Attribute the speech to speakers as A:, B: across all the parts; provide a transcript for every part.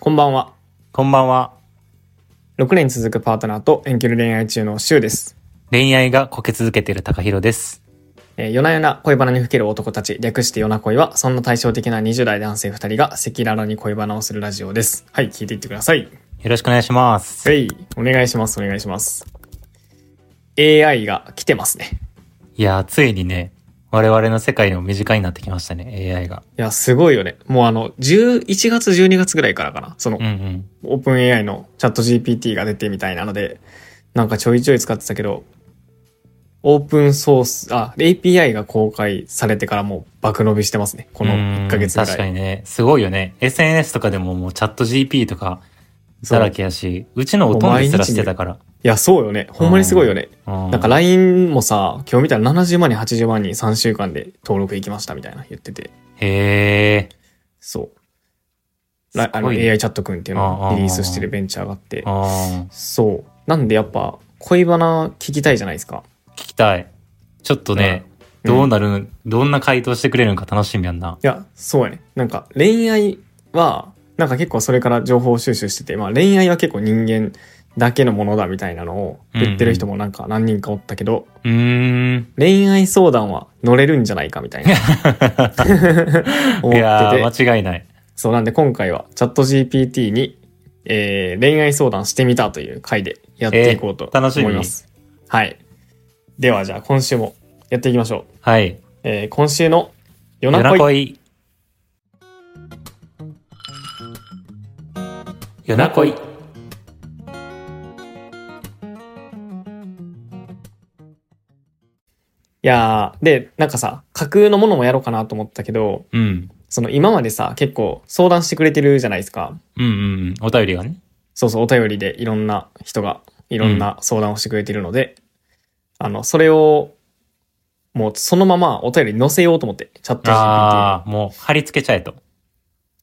A: こんばんは。
B: こんばんは。
A: 6年続くパートナーと遠距離恋愛中のシュウです。
B: 恋愛がこけ続けている高弘です。
A: えー夜な夜な恋バナにふける男たち、略して夜な恋は、そんな対照的な20代男性2人が赤裸々に恋バナをするラジオです。はい、聞いていってください。
B: よろしくお願いします。
A: はい、お願いします、お願いします。AI が来てますね。
B: いやー、ついにね、我々の世界にも身近になってきましたね、AI が。
A: いや、すごいよね。もうあの、11月、12月ぐらいからかな。その、
B: うんうん。
A: オープン AI のチャット GPT が出てみたいなので、なんかちょいちょい使ってたけど、オープンソース、あ、API が公開されてからもう爆伸びしてますね。この
B: うん
A: 1ヶ月ぐら
B: 確か
A: い。
B: にね、すごいよね。SNS とかでももうチャット GP とか
A: そう
B: だらけやし、うちのおとんですらしてたから。
A: いや、そうよね。ほんまにすごいよね。
B: うん
A: なんか LINE もさ、今日見たら70万人、80万人3週間で登録いきましたみたいな言ってて。
B: へ
A: そう。らあ
B: す
A: の
B: ごいね
A: AI チャットくんっていうのをリリースしてるベンチャーがあって
B: ー。。あー
A: そう。なんでやっぱ恋バナ聞きたいじゃないですか。
B: 聞きたい。ちょっとね、
A: うん
B: どうなる、どんな回答してくれるのか楽しみやんな。
A: いや、そうやね。なんか恋愛は、なんか結構それから情報収集してて、まあ恋愛は結構人間だけのものだみたいなのを言ってる人もなんか何人かおったけど、
B: うーん。
A: 恋愛相談は乗れるんじゃないかみ たいな
B: い
A: 思っ
B: や
A: てて。
B: ー、間違いない。
A: そうなんで今回はチャット GPT に、えー恋愛相談してみたという回でやっていこうと
B: えー楽しみ
A: 思います。はい。ではじゃあ今週もやっていきましょう。
B: はい。
A: えー今週の夜
B: 夜
A: な
B: な
A: 恋
B: 恋。夜な恋。
A: いやー、で、なんかさ、架空のものもやろうかなと思ったけど、
B: うん。
A: その今までさ、結構相談してくれてるじゃないですか。
B: うんうんうん。お便りがね。
A: そうそう、お便りでいろんな人がいろんな相談をしてくれてるので、あの、それを、もうそのままお便りに載せようと思って、チャット GPT に。
B: ああ、もう貼り付けちゃえと。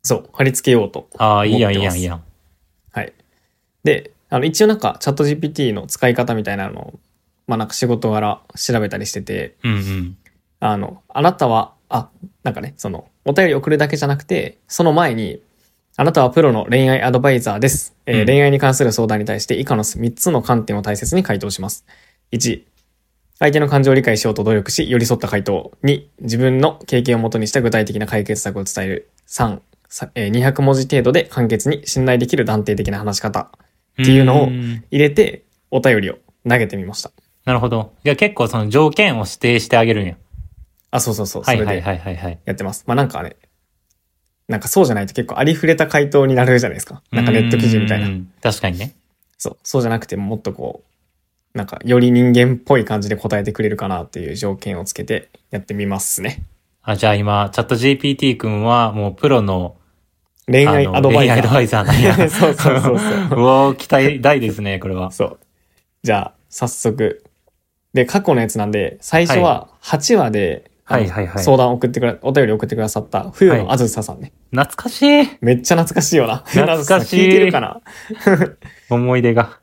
A: そう、貼り付けようと。
B: ああ、いいやんい
A: 持って
B: いや
A: ま
B: ん
A: す
B: いいやん。
A: はい。で、あの、一応なんか、チャット GPT の使い方みたいなのを、まあなんか仕事柄調べたりしてて、
B: うんうん。
A: あの、あなたは、あ、なんかね、その、お便り送るだけじゃなくて、その前に、あなたはプロの恋愛アドバイザーです。えー
B: うん
A: 恋愛に関する相談に対して以下の3つの観点を大切に回答します。1、相手の感情を理解しようと努力し、寄り添った回答。2、自分の経験をもとにした具体的な解決策を伝える。3、さえー200文字程度で簡潔に信頼できる断定的な話し方。っていうのを
B: ん
A: 入れて、お便りを投げてみました。
B: なるほど。いや、結構その条件を指定してあげるんや。
A: あ、そうそうそう。そ
B: は
A: れ
B: い
A: で
B: はいはいはいはい。
A: やってます。まあなんかね、なんかそうじゃないと結構ありふれた回答になるじゃないですか。なんかネット記事みたい
B: うんう
A: な。
B: ん。確かにね。
A: そう、そうじゃなくてもっとこう、なんかより人間っぽい感じで答えてくれるかなっていう条件をつけてやってみますね。
B: あ、じゃあ今、チャット GPT 君はもうプロの
A: 恋愛アドバイザ
B: あの恋愛アドバ
A: ー。。
B: イザーなん や
A: そうそうそうそう
B: う。わー期待大ですね、これは。
A: そう。じゃあ、早速。で、過去のやつなんで、最初は8話で、
B: はい
A: あの
B: はいはい
A: 相談送ってくれ、お便り送ってくださった冬のあずささんね。
B: 懐かしい
A: めっちゃ懐かしいよ な。
B: 懐かしい
A: あずささん聞いてるかな
B: 思い出が。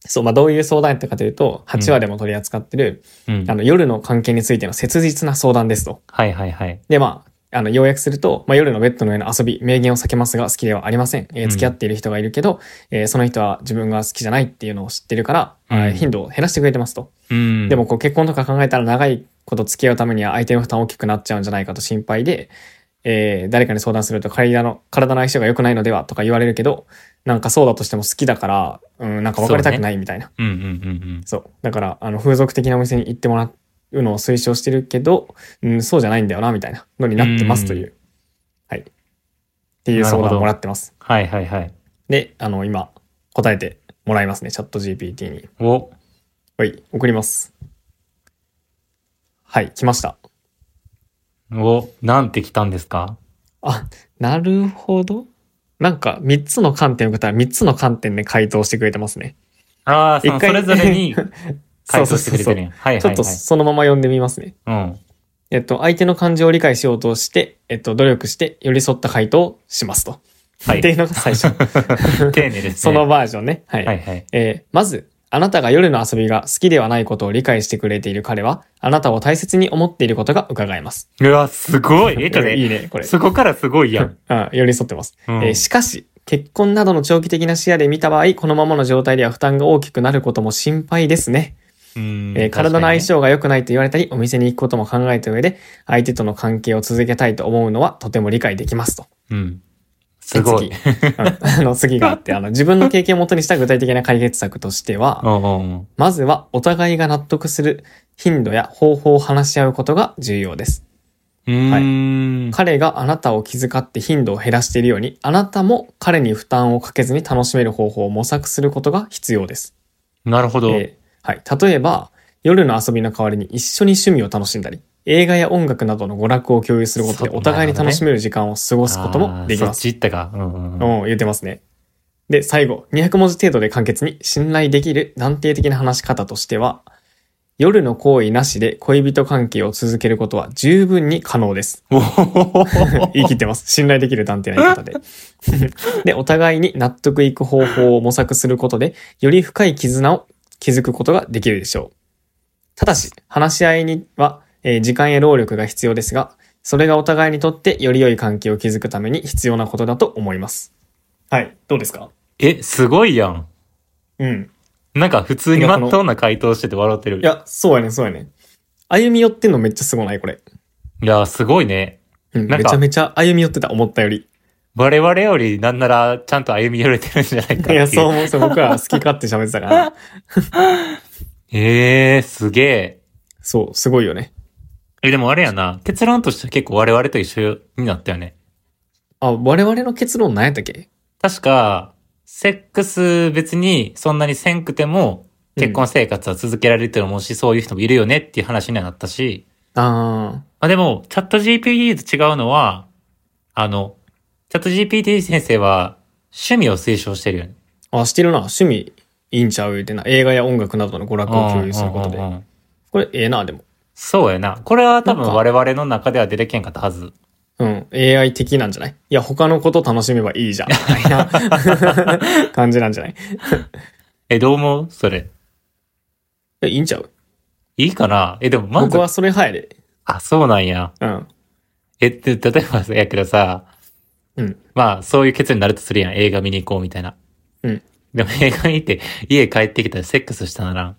A: そう、まあ、どういう相談やったかというと、8話でも取り扱ってる、
B: うん
A: あ。の、夜の関係についての切実な相談ですと。
B: はいはいはい。
A: で、まあ、あの、要約すると、まあ、夜のベッドの上の遊び、名言を避けますが好きではありません。えー
B: うん
A: 付き合っている人がいるけど、えーその人は自分が好きじゃないっていうのを知ってるから、
B: うん
A: えー頻度を減らしてくれてますと。
B: うん。
A: でも、こう、結婚とか考えたら長いこと付き合うためには相手の負担大きくなっちゃうんじゃないかと心配で、えー誰かに相談すると体の、体の相性が良くないのではとか言われるけど、なんかそうだとしても好きだから、うん、なんか別れたくないみたいな。
B: うんうんうん
A: そう。だから、あの、風俗的なお店に行ってもらうのを推奨してるけど、うん、そうじゃないんだよな、みたいなのになってますという。はい。っていう相談
B: なるほ
A: を
B: ど
A: もらってます。
B: はいはいはい。
A: で、あの、今、答えてもらいますね、チャット GPT に。
B: お、
A: はい、送ります。はい、来ました。
B: お、なんて来たんですか
A: あ、なるほど。なんか、3つの観点を送ったら、3つの観点で回答してくれてますね。
B: ああ、そ
A: 一
B: の
A: 回
B: それぞれ に回答してくれてるんや。はい
A: ちょっ
B: はい
A: と
B: はい。
A: そのまま読んでみますね。
B: うん。
A: えっと、相手の感情を理解しようとして、えっと、努力して寄り添った回答をしますと。
B: はい
A: っていうのが最 初。
B: 丁 寧ですね。
A: そのバージョンね。はい。
B: はいはい。
A: えーまず、あなたが夜の遊びが好きではないことを理解してくれている彼は、あなたを大切に思っていることが伺えます。
B: うわ、すごい。え、こ
A: い
B: れ、
A: いね、これ。
B: そこからすごいやん。
A: あ寄り添ってます。
B: うん
A: えーしかし、結婚などの長期的な視野で見た場合、このままの状態では負担が大きくなることも心配ですね。
B: うん
A: えー体の相
B: 確
A: 性が良くないと言われたり、お店に行くことも考えた上で、相手との関係を続けたいと思うのはとても理解できますと。
B: かにねうん。すごい
A: で。次うんあの、次があって、あの、自分の経験をもとにした具体的な解決策としては、
B: おうおうおう
A: まずはお互いが納得する頻度や方法を話し合うことが重要です。
B: うーん。
A: 彼があなたを気遣って頻度を減らしているように、あなたも彼に負担をかけずに楽しめる方法を模索することが必要です。
B: なるほど。
A: えーはい。例えば、夜の遊びの代わりに一緒に趣味を楽しんだり、映画や音楽などの娯楽を共有することで
B: そう
A: お互いに楽しめる時間を過ごすこともでき
B: あーそ
A: ま
B: っ
A: す。
B: ち行ったか。うんうんうん。
A: うん、言ってますね。で、最後、200文字程度で簡潔に信頼できる断定的な話し方としては、夜の行為なしで恋人関係を続けることは十分に可能です。
B: おお
A: 言い切ってます。信頼できる断定の言い方で。で、 お互いに納得いく方法を模索することで、より深い絆を築くことができるでしょう。ただし、話し合いには、えー時間や労力が必要ですが、それがお互いにとってより良い関係を築くために必要なことだと思います。はい。どうですか
B: え、すごいやん。
A: うん。
B: なんか普通にまっとうな回答してて笑ってる。
A: いや、そうやね、そうやね。歩み寄ってんのめっちゃすごないこれ。
B: いや、すごいね。
A: うん。
B: なん
A: め
B: か
A: ちゃめちゃ歩み寄ってた、思ったより。
B: 我々よりなんならちゃんと歩み寄れてるんじゃないかって
A: い
B: い
A: や、そう
B: う。
A: 思う。そう僕ら好き勝手喋ってた から。
B: ええー、すげえ。
A: そう、すごいよね。
B: え、でもあれやな。結論としては結構我々と一緒になったよね。
A: あ、我々の結論何やったっけ
B: 確か、セックス別にそんなにせんくても結婚生活は続けられると思うし、そういう人もいるよねっていう話にはなったし。
A: あ
B: まあでも、チャット GPT と違うのは、あの、チャット GPT 先生は趣味を推奨してるよね。
A: ーあ、してるな。趣味いいんちゃう言うてな。映画や音楽などの娯楽を共有すること
B: うんうん
A: で。
B: うんうん
A: これ、ええな、でも。
B: そうやな。これは多分
A: なんか
B: 我々の中では出てけんかったはず。
A: うん。AI 的なんじゃないいや、他のこと楽しめばいいじゃん。 みたいな感じなんじゃないい
B: え、どう思うそれ。
A: や、いいんちゃう
B: いいかなえ、でもまず
A: 僕、はそれ入れ。
B: あ、そうなんや。
A: うん。
B: え、って、例えばさやけどさ、
A: うん。
B: まあ、そういう結論になるとするやん。映画見に行こうみたいな。
A: うん。
B: でも映画見て、家帰ってきたらセックスしたならん。
A: い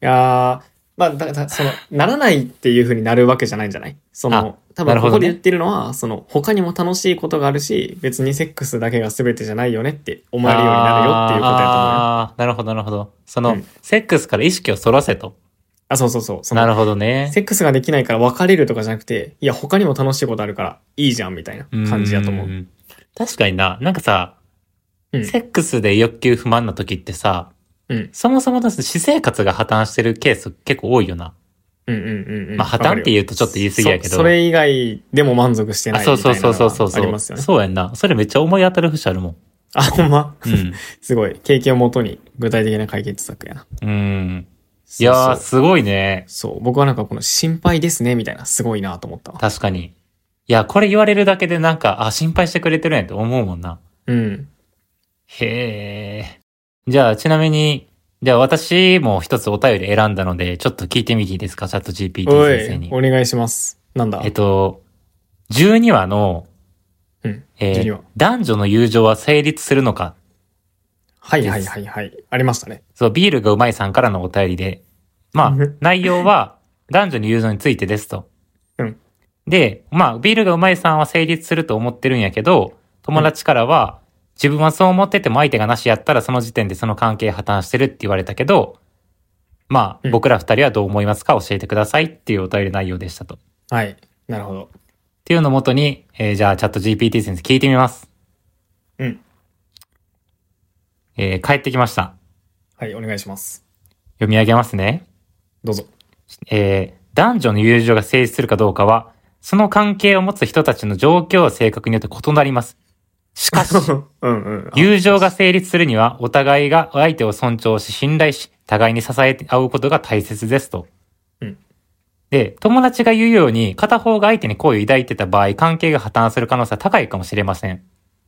A: やーまあ、だだその、ならないっていう風になるわけじゃないんじゃないそ
B: あ
A: の、多分
B: なるほ
A: こ
B: ど
A: こ
B: ね
A: で言ってるのは、その、他にも楽しいことがあるし、別にセックスだけが全てじゃないよねって思えるようになるよっていうことやと思うよ。
B: あーなるほど、なるほど。その、
A: うん
B: セックスから意識をそらせと。
A: あ、そうそうそう。その
B: なるほどね。
A: セックスができないから別れるとかじゃなくて、いや、他にも楽しいことあるから、いいじゃん、みたいな感じだと思う。
B: ん。確かにな、なんかさ、
A: うん
B: セックスで欲求不満な時ってさ、
A: うん。
B: そもそもだし私生活が破綻してるケース結構多いよな。
A: うんうんうんうん。
B: まあ破綻って言うとちょっと言い過ぎやけど
A: そそれ以外でも満足して
B: あ
A: ないみた
B: そ
A: いうな
B: そうそうそ
A: の
B: うそう
A: は
B: そう。
A: ありますよね。
B: そうやんな。それめっちゃ思い当たる節あるもん。
A: あ、ほんま
B: うん。
A: すごい。経験をもとに具体的な解決策やな。
B: うん。いやー、
A: そうそう
B: すごいね。
A: そう。僕はなんかこの心配ですね、みたいな、すごいなと思ったわ。
B: 確かに。いや、これ言われるだけでなんか、あ、心配してくれてるんやんって思うもんな。
A: うん。
B: へー。じゃあ、ちなみに、じゃあ私も一つお便り選んだので、ちょっと聞いてみていいですかチャット GPT
A: お
B: 先生
A: い
B: に、。
A: お願いします。なんだ
B: えっと、12話の、
A: うん。
B: えー
A: 12話
B: 男女の友情は成立するのか
A: はいはいはいはい。ありましたね。
B: そう、ビールがうまいさんからのお便りで、 まあ
A: うん、
B: 内容は男女の友情についてですと。
A: うん
B: で、まあ、ビールがうまいさんは成立すると思ってるんやけど、友達からは、自分はそう思ってても相手がなしやったらその時点でその関係破綻してるって言われたけど、ま
A: う
B: あ、
A: ん
B: 僕ら二人はどう思いますか教えてくださいっていうお便り内容でしたと。っ
A: はい。なるほど。
B: ていうのをもとに、えーじゃあチャット GPT 先生聞いてみます。
A: うん。
B: えー帰ってきました。
A: はい、お願いします。
B: 読み上げますね。
A: どうぞ。
B: えー男女の友情が成立するかどうかは、その関係を持つ人たちの状況や性格によって異なります。しかし、
A: うんうん。
B: 友情が成立するには、お互いが相手を尊重し、信頼し、互いに支え合うことが大切ですと。
A: うん
B: で、友達が言うように、片方が相手に好意を抱いてた場合、関係が破綻する可能性は高いかもしれません。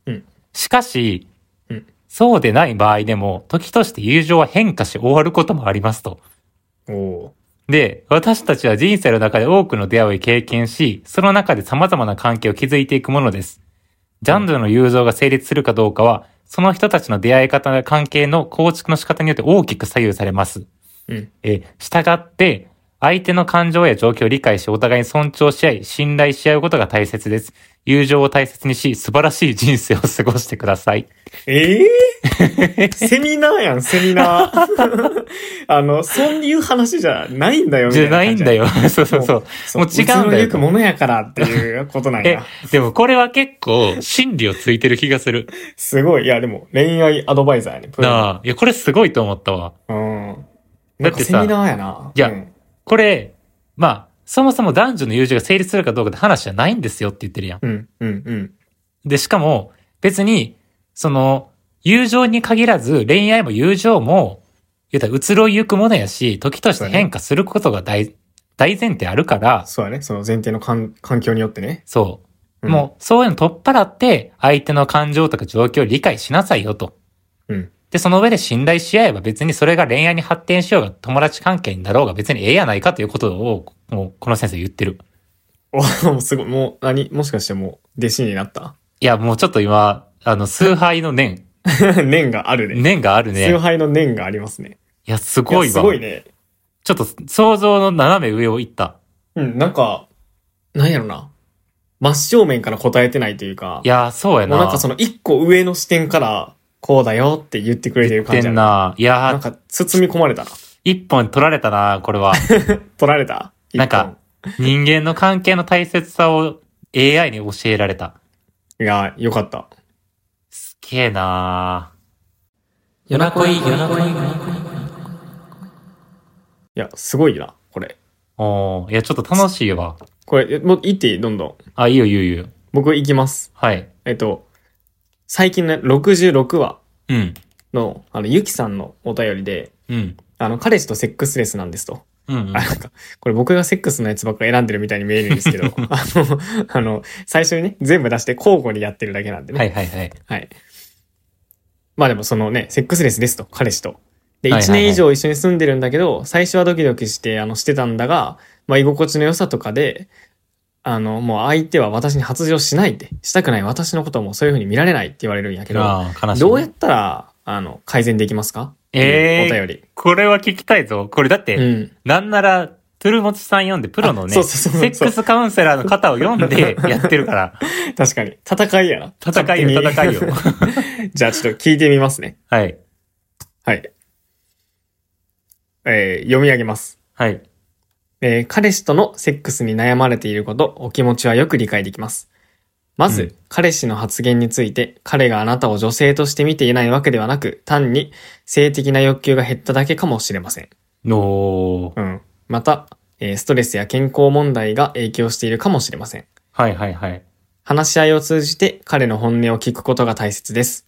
A: うん
B: しかし、
A: うん
B: そうでない場合でも、時として友情は変化し終わることもありますと。
A: おお
B: で、私たちは人生の中で多くの出会いを経験し、その中で様々な関係を築いていくものです。ジャンルの融合が成立するかどうかは、その人たちの出会い方や関係の構築の仕方によって大きく左右されます。
A: うん。
B: えー、従って、相手の感情や状況を理解し、お互いに尊重し合い、信頼し合うことが大切です。友情を大切にし、素晴らしい人生を過ごしてください。
A: ええ セミナーやん、セミナー。 あの、そういう話じゃないんだよ、みた
B: じ
A: い
B: ゃ
A: な
B: な
A: 感
B: いん
A: じ
B: だよ。 そうそうそう。
A: そう。
B: もう違うんだよ
A: うちの行くものやからっていうことなん
B: え
A: や。、
B: でもこれは結構、真理をついてる気がする。
A: すごい。いや、でも、恋愛アドバイザーやね、プロの
B: なあ、いや、これすごいと思ったわ。
A: うん。な
B: だ
A: ん
B: っ
A: か
B: て
A: セ
B: さ
A: ミナーやな。
B: いや
A: うん
B: これ、まあ、そもそも男女の友情が成立するかどうかって話じゃないんですよって言ってるやん。
A: うん、うん、うん。
B: で、しかも、別に、その、友情に限らず、恋愛も友情も、言ったら移ろいゆくものやし、時として変化することが大、大前提あるから、
A: そうやね。その前提のかん環境によってね。
B: そう。
A: ん
B: もう、そういうの取っ払って、相手の感情とか状況を理解しなさいよと。
A: うん
B: で、その上で信頼し合えば別にそれが恋愛に発展しようが、友達関係になろうが別にええやないかということを、もう、この先生言ってる。
A: お、もうすごい。もう、何もしかしてもう、弟子になった
B: いや、もうちょっと今、あの、崇拝の念、
A: 念があるね。
B: 念があるね
A: 崇。拝の念がありますね。
B: いや、すごい
A: やす
B: わ。
A: ごいね。
B: ちょっと想像の斜め上を行った。
A: うん、なんか、なんやろな。真正面から答えてないというか、
B: いやー、そうや
A: も
B: な。
A: うなんかその一個上の視点から、こうだよって言ってくれてる感
B: 言っ
A: じ
B: て
A: ある
B: んな。い
A: なん
B: やー、
A: か包み込まれたな。
B: 一本取られたな、こ れは。
A: 取られた一本
B: なんか人間の関係の大切さを AI に教えられた。
A: いや、よかった。
B: すげえな
C: 夜な恋夜な恋
A: いや、すごいな、これ。
B: ーおーいや、ちょっと楽しいわ。
A: これ、えもう言っていいどんどん。
B: あ、いいよ、いいよ、いいよ。
A: 僕行きます。
B: はい。
A: えっと、最近の66話
B: うん。
A: の、あの、ゆきさんのお便りで、
B: うん。
A: あの、彼氏とセックスレスなんですと。
B: うん、う ん
A: あ、。なんか、これ僕がセックスのやつばっか選んでるみたいに見えるんですけど、 あの、あの、最初にね、全部出して交互にやってるだけなんでね。
B: はいはいはい。
A: はい。まあでもそのね、セックスレスですと、彼氏と。で、
B: はいはい
A: 1
B: はい
A: 年以上一緒に住んでるんだけど、最初はドキドキして、あの、してたんだが、まあ居心地の良さとかで、あの、もう相手は私に発情しないって、したくない私のことをもうそういう風に見られないって言われるんやけど、
B: ああ、悲しい。
A: どうやったら、あの、改善できますか
B: え
A: ってい
B: ー
A: うお便
B: これは聞きたいぞ。これだって、
A: り。うん。
B: なんなら、トゥルモツさん読んで、プロのね、
A: あそうそうそうそう
B: セックスカウンセラーの方を読 んでやってるから、
A: 確かに。戦いやな。
B: 戦いよ、戦
A: 勝
B: い
A: 手
B: よ
A: に。。じゃあちょっと聞いてみますね。
B: はい。
A: はい。えー読み上げます。
B: はい。
A: えー彼氏とのセックスに悩まれていること、お気持ちはよく理解できます。まず、
B: うん
A: 彼氏の発言について、彼があなたを女性として見ていないわけではなく、単に性的な欲求が減っただけかもしれません。
B: のー。
A: うん。また、えーストレスや健康問題が影響しているかもしれません。
B: はいはいはい。
A: 話し合いを通じて彼の本音を聞くことが大切です。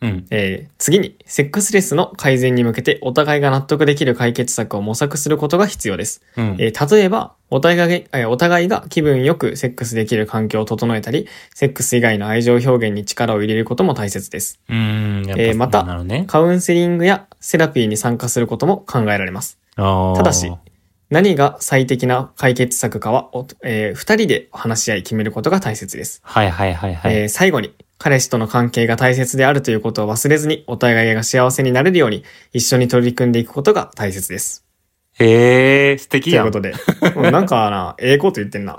B: うん。
A: えー次に、セックスレスの改善に向けてお互いが納得できる解決策を模索することが必要です。
B: うん。
A: えー例えば、お互いがえーお互いが気分よくセックスできる環境を整えたり、セックス以外の愛情表現に力を入れることも大切です。
B: うーん。やっぱ
A: えーまた
B: そうなのね。
A: カウンセリングやセラピーに参加することも考えられます。
B: た
A: ただし何が最適な解決策かは、おえー二人で話し合い決めることが大切です。
B: はいはいはいはい。
A: えー最後に、彼氏との関係が大切であるということを忘れずに、お互いが幸せになれるように、一緒に取り組んでいくことが大切です。
B: へえ、素
A: と
B: 敵
A: いう
B: や
A: こ
B: ん。
A: とで、うんなんかな、ええこと言ってんな。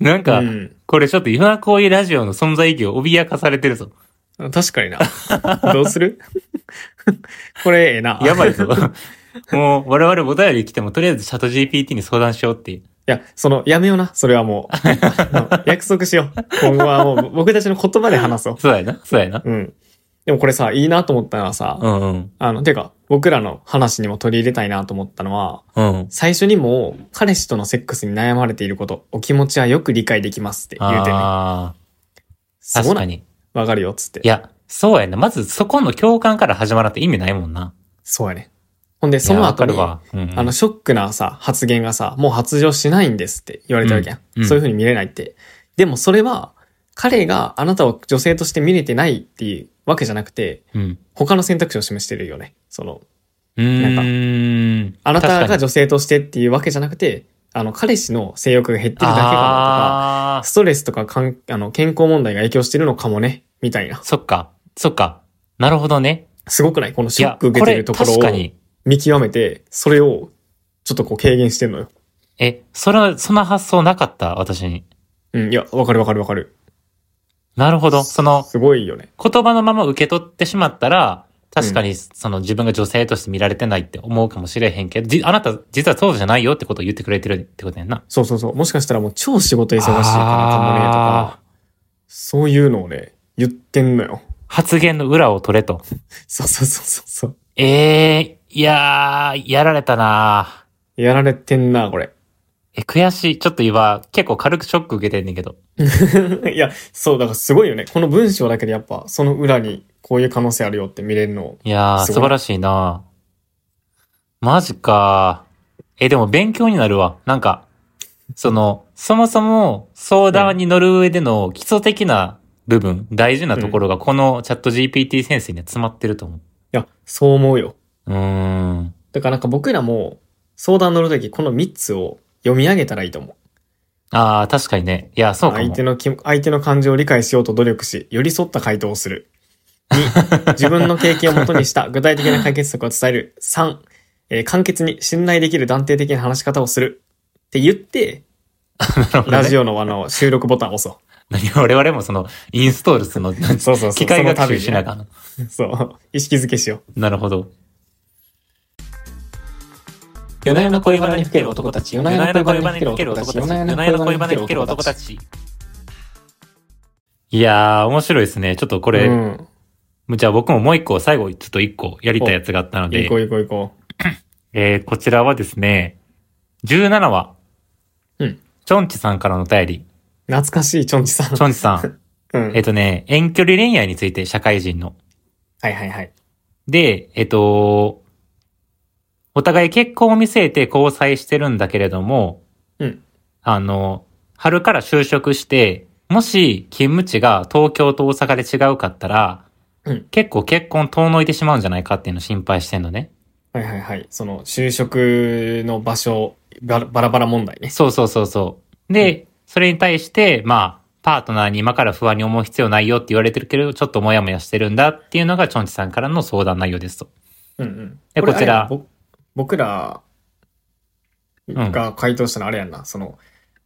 B: なんか、
A: うん
B: これちょっと夜な恋ラジオの存在意義を脅かされてるぞ。
A: 確かにな。どうする これ、ええな。
B: やば
A: い。い
B: いぞ。 もう、我々お便り来ても、とりあえずチャット GPT に相談しようっていう。
A: や、その、やめような。それはもう。 あの約束しよう。今後はもう、僕たちの言葉で話そ
B: そうやな、そうやな。
A: う。うん。でもこれさ、いいなと思ったのはさ、
B: うんうん。
A: あの、てか、僕らの話にも取り入れたいなと思ったのは、
B: うん。
A: 最初にも、彼氏とのセックスに悩まれていること、お気持ちはよく理解できますって言うてね。
B: ああ、
A: すご
B: 確
A: な
B: か
A: い
B: に。
A: わかるよ、っつって
B: い。や、そうやな。まずそこの共感から始まらんって意味ないもんな。
A: そうやね。ほんで、その後に
B: いや、わかるわ。うんうん
A: あの、ショックなさ、発言がさ、もう発情しないんですって言われたわけやん。
B: うんうん
A: そういう風に見れないって。でもそれは、彼があなたを女性として見れてないっていうわけじゃなくて、
B: うん。
A: 他の選択肢を示してるよね。その、
B: うーん。
A: あなた
B: 確か
A: が
B: に
A: 女性としてっていうわけじゃなくて、あの、彼氏の性欲が減ってるだけかなとか、
B: あー
A: ストレスとかかんあの健康問題が影響してるのかもね、みたいな。
B: そっか、そっか。なるほどね。
A: すごくないこの
B: い
A: ショッ
B: や、
A: ク
B: こ
A: 受けて
B: れ
A: るところを
B: 確かに。
A: 見極めて、それをちょっとこう軽減してんのよ。
B: え、それは、そんな発想なかった、私に。
A: うん、いや、わかるわかるわかる。
B: なるほど。その、
A: すごいよね。
B: 言葉のまま受け取ってしまったら、確かに、その自分が女性として見られてないって思うかもしれへんけど、じあなた実はそうじゃないよってことを言ってくれてるってことやんな。
A: そうそうそう。もしかしたらもう超仕事忙しいからかもね、と
B: あ
A: か、そういうのをね、言ってんのよ。
B: ー発言の裏を取れと。
A: そうそうそうそうそう。
B: ええー、いやー、やられたな
A: やられてんな、これ。
B: ーえ、悔しい。ちょっと今、結構軽くショック受けてんねんけど。
A: いや、そう、だからすごいよね。この文章だけでやっぱ、その裏にこういう可能性あるよって見れるの。
B: いやー、
A: すごい
B: 素晴らしいなマジかえ、でも勉強になるわ。なんか、その、そもそも相談に乗る上での基礎的な部分、大事なところがこのチャット GPT 先生には詰まってると思
A: いや、そう思うよ。
B: う。うーん。
A: だからなんか僕らも相談乗るとき、この3つを読み上げたらいいと思う。
B: あー、確かにね。いや、そうか
A: 相
B: も
A: 手。 のき、相手の感情を理解しようと努力し、寄り添った回答をする。2、自 分の経験をもとにした具体的な解決策を伝える。3、えー簡潔に信頼できる断定的な話し方をする。って言って、ラジオのあの、収録ボタンを押そ
B: 何我々もその、インストールするの、
A: う。 そうそうそう。
B: 機械
A: その
B: 学
A: 度
B: 習
A: に
B: しながら。
A: そう。意識づけしよ
B: なるほど。
C: 夜な夜な恋バナにふける男たち。夜な
B: 夜な
C: 夜
B: 夜な
C: な恋
B: 恋
C: バ
B: バ
C: ナに
B: ナに
C: ふ
B: ふ
C: ける
B: け
C: 男
B: る男
C: た
B: た
C: ち。
B: ち。
C: 夜
B: 夜
C: な
B: な
C: 夜な恋バナにふける男たち。
B: 夜な恋バナにふける男たち。いやー、面白いですね。ちょっとこ
A: う。
B: れ、
A: うん。
B: じゃあ僕ももう一個、最後、ちょっと一個やりたいやつがあったので、
A: 行こう行こう行こ
B: えーこちらはですね、17話。
A: うん。
B: チョンチさんからのお便り。
A: う。懐かしい、チョンチさん
B: チ。ョンチさ ん。
A: うん。
B: えっとね、遠距離恋愛について、社会人の。
A: はいはいはい。
B: で、えっと、お互い結婚を見据えて交際してるんだけれども、
A: うん。
B: あの、春から就職して、もし勤務地が東京と大阪で違うかったら、
A: うん
B: 結構結婚遠のいてしまうんじゃないかっていうのを心配してんのね。
A: はいはいはい。その、就職の場所、バラバラバラ問題ね。
B: そうそうそうそう。で、それに対して、まあ、パートナーに今から不安に思う必要ないよって言われてるけど、ちょっとモヤモヤしてるんだっていうのが、チョンチさんからの相談内容ですと。
A: うんうん。れ
B: でこちら
A: あれやんぼ僕ら
B: ん
A: が回答したのあれやんな。その、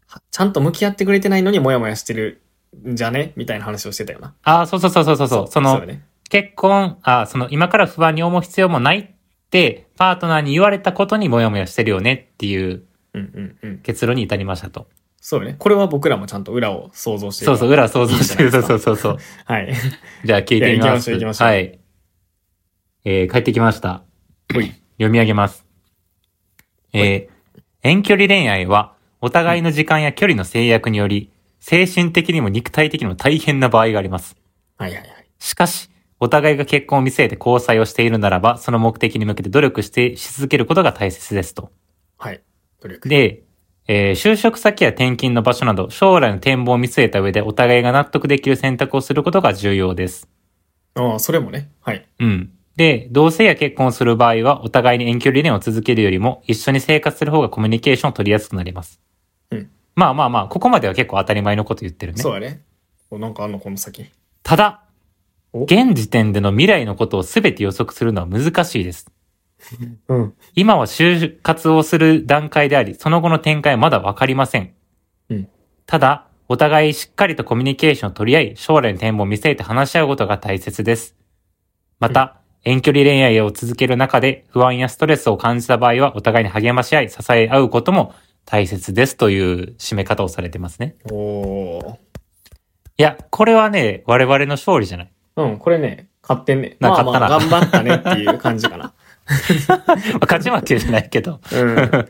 A: はちゃんと向き合ってくれてないのにモヤモヤしてるんじゃねみたいな話をしてたよな。
B: ああ、そうそうそうそうそうそう。その
A: うよ、ね、
B: 結婚、あーその、今から不安に思う必要もないって、パートナーに言われたことにモヤモヤしてるよねっていう
A: うんうんうん。
B: 結論に至りましたと。
A: そうよね。これは僕らもちゃんと裏を想像して
B: そうそう、
A: う。
B: 裏想像して
A: いい
B: る。
A: じ
B: そ
A: ゃな
B: う
A: いですか
B: そうそうそう。
A: はい。
B: じゃあ聞いてみ
A: い
B: ます。
A: や行きましょう行きましょう
B: はい。えー帰ってきました。
A: ほい
B: 読み上げます。えー遠距離恋愛は、お互いの時間や距離の制約により、精神的にも肉体的にも大変な場合があります。
A: はいはいはい。
B: しかし、お互いが結婚を見据えて交際をしているならば、その目的に向けて努力してし続けることが大切ですと。
A: はい。努力。
B: で、えー就職先や転勤の場所など、将来の展望を見据えた上で、お互いが納得できる選択をすることが重要です。
A: ああ、それもね。はい。
B: うん。で、同性や結婚をする場合は、お互いに遠距離恋愛を続けるよりも、一緒に生活する方がコミュニケーションを取りやすくなります。
A: うん
B: まあまあまあ、ここまでは結構当たり前のこと言ってるね
A: そ。うやね。おなんかあんのこの先。
B: ただ、
A: お
B: 現時点での未来のことを全て予測するのは難しいです。
A: うん。
B: 今は就活をする段階であり、その後の展開はまだわかりません。
A: うん
B: ただ、お互いしっかりとコミュニケーションを取り合い、将来の展望を見据えて話し合うことが大切です。また、遠距離恋愛を続ける中で不安やストレスを感じた場合は、お互いに励まし合い、支え合うことも大切ですという締め方をされてますね。
A: おー。
B: いや、これはね、我々の勝利じゃない。
A: うん、これね、買ってんね。
B: な
A: まあまあ、
B: 買
A: 頑張ったねっていう感じかな。
B: まあ勝ち負けじゃないけど。
A: うん。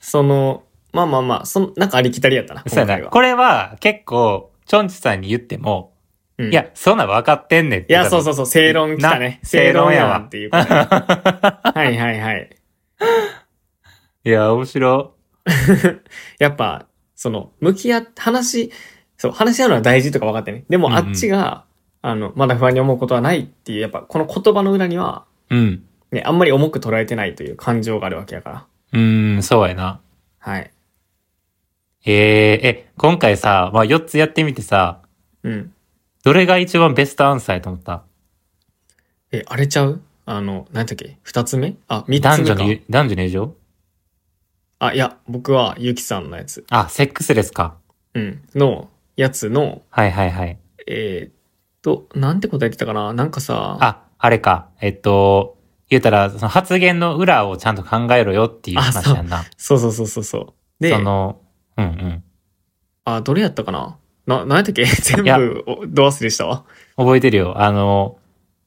A: その、まあまあまあ、その、なんかありきたりやったな。
B: そうや
A: 今回
B: な。
A: は
B: これは結構、チョンチさんに言っても、
A: うん
B: いや、そんなん分かってんねんっ
A: い
B: て言
A: や、
B: た
A: そ
B: の
A: うそうそう、正論来たね。
B: な正論やわ
A: んっていう ことねはいはいはい。
B: いや、面白
A: やっぱ、その、向き合って、話し、そう、話し合うのは大事とか分かってね。で
B: うん
A: も、あ
B: うん
A: っちが、あの、まだ不安に思うことはないっていう、やっぱ、この言葉の裏には、
B: い。うん。
A: ね、あんまり重く捉えてないという感情があるわけやから。
B: うーん、そうやな。
A: はい。
B: えー、え、今回さ、まあ4つやってみてさ、
A: うん。
B: どれが一番ベストアンサーやと思った
A: え、あれちゃうあの、何だっけ二つ目あ、三つ
B: 男
A: 目
B: 女
A: か
B: の。友、男女の友情
A: あ、いや、僕はゆきさんのやつ。
B: あ、セックスですか。
A: うん。の、やつの、
B: はいはいはい。
A: えーっと、なんて答えてたかななんかさ、
B: あ、あれか。えっと、言うたら、その発言の裏をちゃんと考えろよっていう話やんな。
A: そうそうそうそうそう。で、
B: その、うんうん。
A: あ、どれやったかなな、なんやったっけ 全
B: いや
A: 部お、ど忘れしたわ。
B: 覚えてるよ。あの、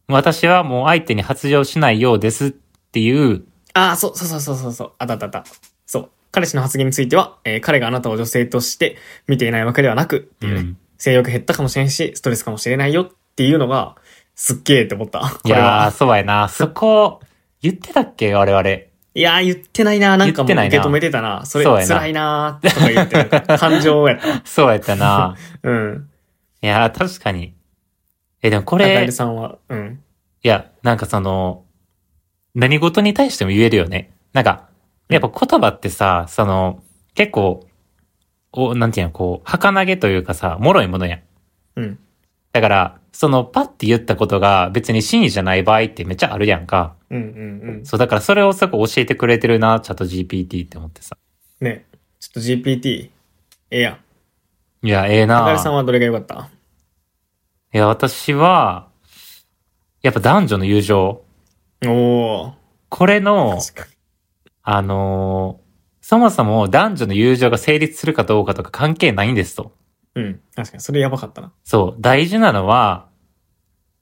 B: 私はもう相手に発情しないようですっていう、
A: あー、そうそうそうそうそうそう。あったあったあった。そう。彼氏の発言については、えー彼があなたを女性として見ていないわけではなく、っていうね、
B: うん
A: 性欲減ったかもしれんし、ストレスかもしれないよっていうのが、すっげーって思った。
B: い
A: これ
B: やー、
A: は。
B: そうやな。そこ、言ってたっけ我々。
A: いやー、言ってないななんかもう
B: 言ってない
A: 受
B: な
A: け止めてたなそれ
B: そうやな
A: 辛いなーとか言って、なんか感情 やったわ。
B: そうやっ たな。
A: うん。
B: いやー、確かに。え、でもこ
A: これ、
B: れ
A: ル、さんは、うん。
B: いや、なんかその、何事に対しても言えるよね。なんか、やっぱ言葉ってさ、その、結構、お、なんていうの、こう、儚げというかさ、脆いものやん。
A: うん。
B: だから、その、パッて言ったことが別に真意じゃない場合ってめっちゃあるやんか。
A: うんうんうん。
B: そう、だからそれをすごい教えてくれてるな、チャット GPT って思ってさ。
A: ねちょっと GPT、ええやん。
B: いや、ええ
A: 高
B: な
A: 橋さんはどれが良かった
B: いや、私は、やっぱ男女の友情。
A: お
B: これ
A: お
B: の、
A: 確かに。
B: あのーそもそも男女の友情が成立するかどうかとか関係ないんですと。
A: うん。確かに。それやばかったな。
B: そう、大事なのは、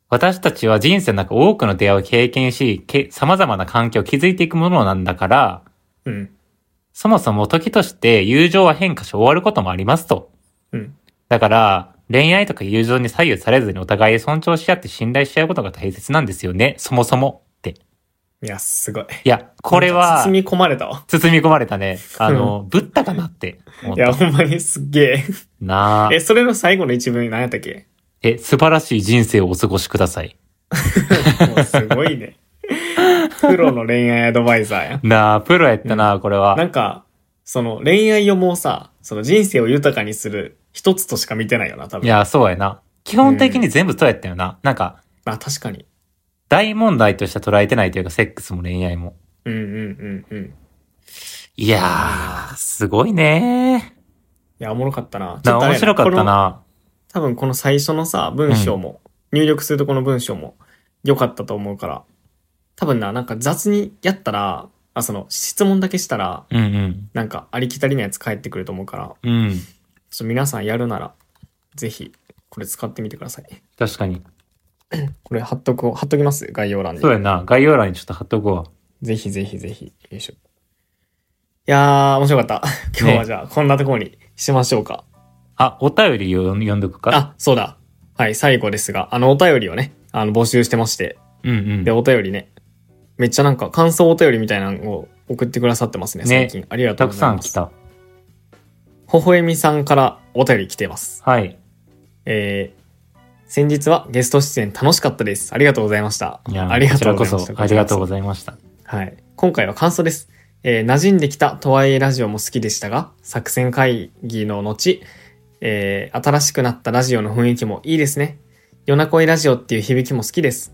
B: 私たちは人生の中多くの出会いを経験し、け様々な環境を築いていくものなんだから、
A: うん。
B: そもそも時として友情は変化し終わることもありますと。
A: うん。
B: だから、恋愛とか友情に左右されずにお互い尊重し合って信頼し合うことが大切なんですよね、そもそもって。
A: いや、すごい。
B: いや、これ
A: なんか
B: は
A: 包み込まれたわ。
B: 包み込まれたね。あの、ぶったかなって思っ
A: いや、
B: た。
A: ほんまにすっげ
B: なあ
A: え。え、それの最後の一文何やったっけ
B: え、素晴らしい人生をお過ごしください。
A: もうすごいね。 プロの恋愛アドバイザーやん。
B: なあ、プロやったな、これ
A: な
B: は。
A: んか、その恋愛をもうさ、その人生を豊かにする一つとしか見てないよな、多
B: い
A: 分。
B: や、そうやな。基本的に全部そうやったよな。なんか、
A: あ、確かに。
B: 大問題として捉えてないというか、セックスも恋愛も。
A: うんうんうんうん。い
B: いやー、すごいね
A: や、おもろかったな。
B: ー。なあ
A: あれ
B: 面
A: や
B: 白かっ
A: こ
B: た
A: の
B: な。
A: 多分この最初のさ、文章も、入力するとこの文章も良かったと思うから、多分な、なんか雑にやったら、あ、その質問だけしたら、
B: うん
A: なんかありきたりなやつ返ってくると思うから、
B: うん。うん。
A: ちょっと皆さんやるなら、ぜひ、これ使ってみてください。
B: 確かに。
A: これ貼っとく、貼っときます概要欄に
B: そう。やな。概要欄にちょっと貼っとこう。
A: ぜひぜひぜひ。よいしょ。いやー、面白かった。 今日はじゃあ、こんなところにしましょうか。
B: あ、お便りを読んどくか。
A: あ、そうだ。はい、最後ですが、あの、お便りをね、あの、募集してまして、
B: うんうん
A: で、。お便りね。めっちゃなんか感想お便りみたいなのを送ってくださってますね、
B: ね
A: 最近。ありがと
B: た
A: う
B: く
A: ござ
B: さ
A: い
B: ん
A: ま
B: 来
A: す。
B: た。
A: ほほえみさんからお便り来てます。
B: はい。
A: えー、先日はゲスト出演楽しかったです。ありがとうございました。
B: いやー
A: ありがとうご
B: こ
A: ざい
B: ち
A: ました。
B: らこそ、ありがとうございました。
A: はい。今回は感想です。えー馴染んできたとはいえラジオも好きでしたが、作戦会議の後、えー新しくなったラジオの雰囲気もいいですね。夜な恋ラジオっていう響きも好きです。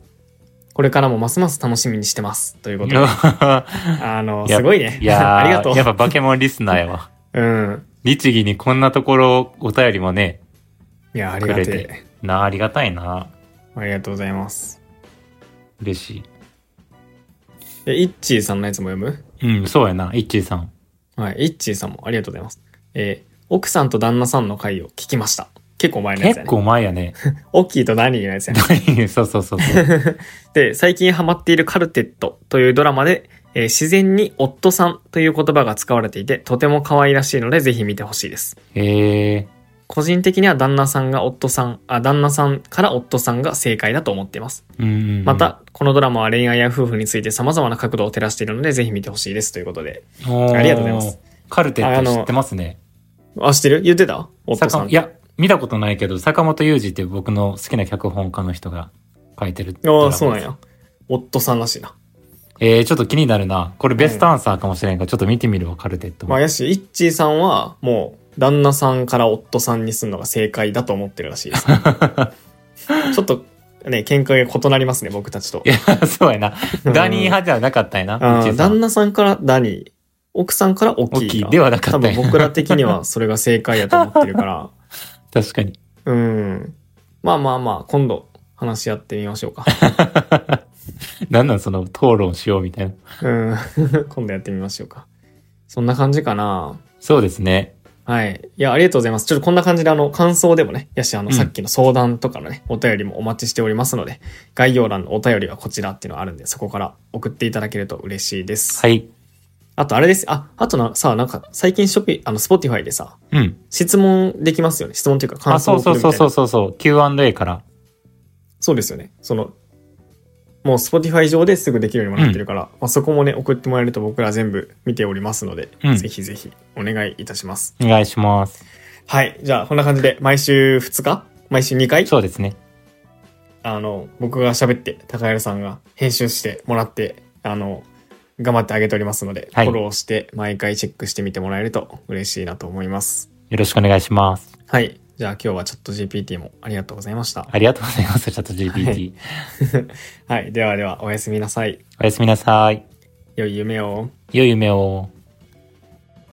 A: これからもますます楽しみにしてます。ということで、あの、
B: いや
A: すごいね。
B: いやー
A: ありがと
B: やっ
A: う。
B: ぱバケモンリスナーやわ。
A: うん。
B: 律儀にこんなところお便りもね、
A: いや、あり
B: く
A: が
B: れ
A: て
B: て
A: え。。
B: なあ、ありがたいな。
A: ありがとうございます。
B: 嬉し
A: え、イッチーさんのやつも読む
B: い。うん、そうやな。イッチーさん。
A: はい。イッチーさんもありがとうございます。えー奥さんと旦那さんの回を聞きました。結構前のやつやね。
B: 結構前やね。
A: 大きいと何のやつやね。
B: そうそうそ うそう。
A: で、最近ハマっているカルテットというドラマで、えー自然に夫さんという言葉が使われていて、とても可愛らしいので、ぜひ見てほしいです。
B: へえ。
A: 個人的には旦那さんが夫さん、あ、旦那さんから夫さんが正解だと思っています。
B: うんうん。
A: ま。た、このドラマは恋愛や夫婦について様々な角度を照らしているので、ぜひ見てほしいです。ということで。ありがとうございます。
B: カルテ
A: ああ
B: ット
A: の
B: 知ってますね。
A: あ、知ってる言ってた夫さ
B: 坂
A: ん。
B: いや、見たことないけど、坂本雄二っていう僕の好きな脚本家の人が書いてる。
A: ああ、そうなん。や。夫さんらしいな。
B: えー、ちょっと気になるな。これベストアンサーかもしれんが、ちょっと見てみるわ、カルテットも。
A: まあ、やし、イッチーさんは、もう、旦那さんから夫さんにするのが正解だと思ってるらしい です。ちょっと、ね、見解が異なりますね、僕たちと
B: い。や、 そうやな。ダニー派じゃなかったんやな。
A: あ
B: う
A: ー
B: ちさ
A: 旦
B: ん。
A: 那さんからダニー、奥さんからオッキ
B: オッキ
A: ー
B: ー
A: が。
B: ではなかった
A: 多
B: んや
A: 分僕ら的にはそれが正解やと思ってる から。
B: 確かに。
A: うん。まあまあまあ、今度話し合ってみましょうか。
B: なんなんその討論しようみたいな。
A: うん。 今度やってみましょうか。そんな感じかな。
B: そうですね。
A: はい。いや、ありがとうございます。ちょっとこんな感じで、あの、感想でもね、やし、あの、
B: うん
A: さっきの相談とかのね、お便りもお待ちしておりますので、概要欄のお便りはこちらっていうのがあるんで、そこから送っていただけると嬉しいです。
B: はい。
A: あと、あれです。あ、あとな、さ、なんか、最近ショピ、あの、Spotify でさ、
B: うん。
A: 質問できますよね。質問というか、
B: あ、
A: 感想
B: そ
A: を
B: う
A: 送
B: そ
A: る
B: う
A: みた
B: そ
A: いうな。
B: そうそうそう。Q&A から。
A: そうですよね。その、もう Spotify 上ですぐできるようにもなってるから、まあ、そこもね、送ってもらえると僕ら全部見ておりますので、
B: うん
A: ぜひぜひお願いいたします。
B: お願いします。
A: はい。じゃあ、こんな感じで、毎週2日毎週2回
B: そうですね。
A: あの、僕が喋って、高谷さんが編集してもらって、あの、頑張ってあげておりますので、
B: はい
A: フォローして、毎回チェックしてみてもらえると嬉しいなと思います。
B: よろしくお願いします。
A: はい。じゃあ今日はチャット GPT もありがとうございました。
B: ありがとうございます、チャット GPT。
A: はいはい。ではでは、おやすみなさい。
B: おやすみなさい。
A: 良い夢を。
B: 良い夢を。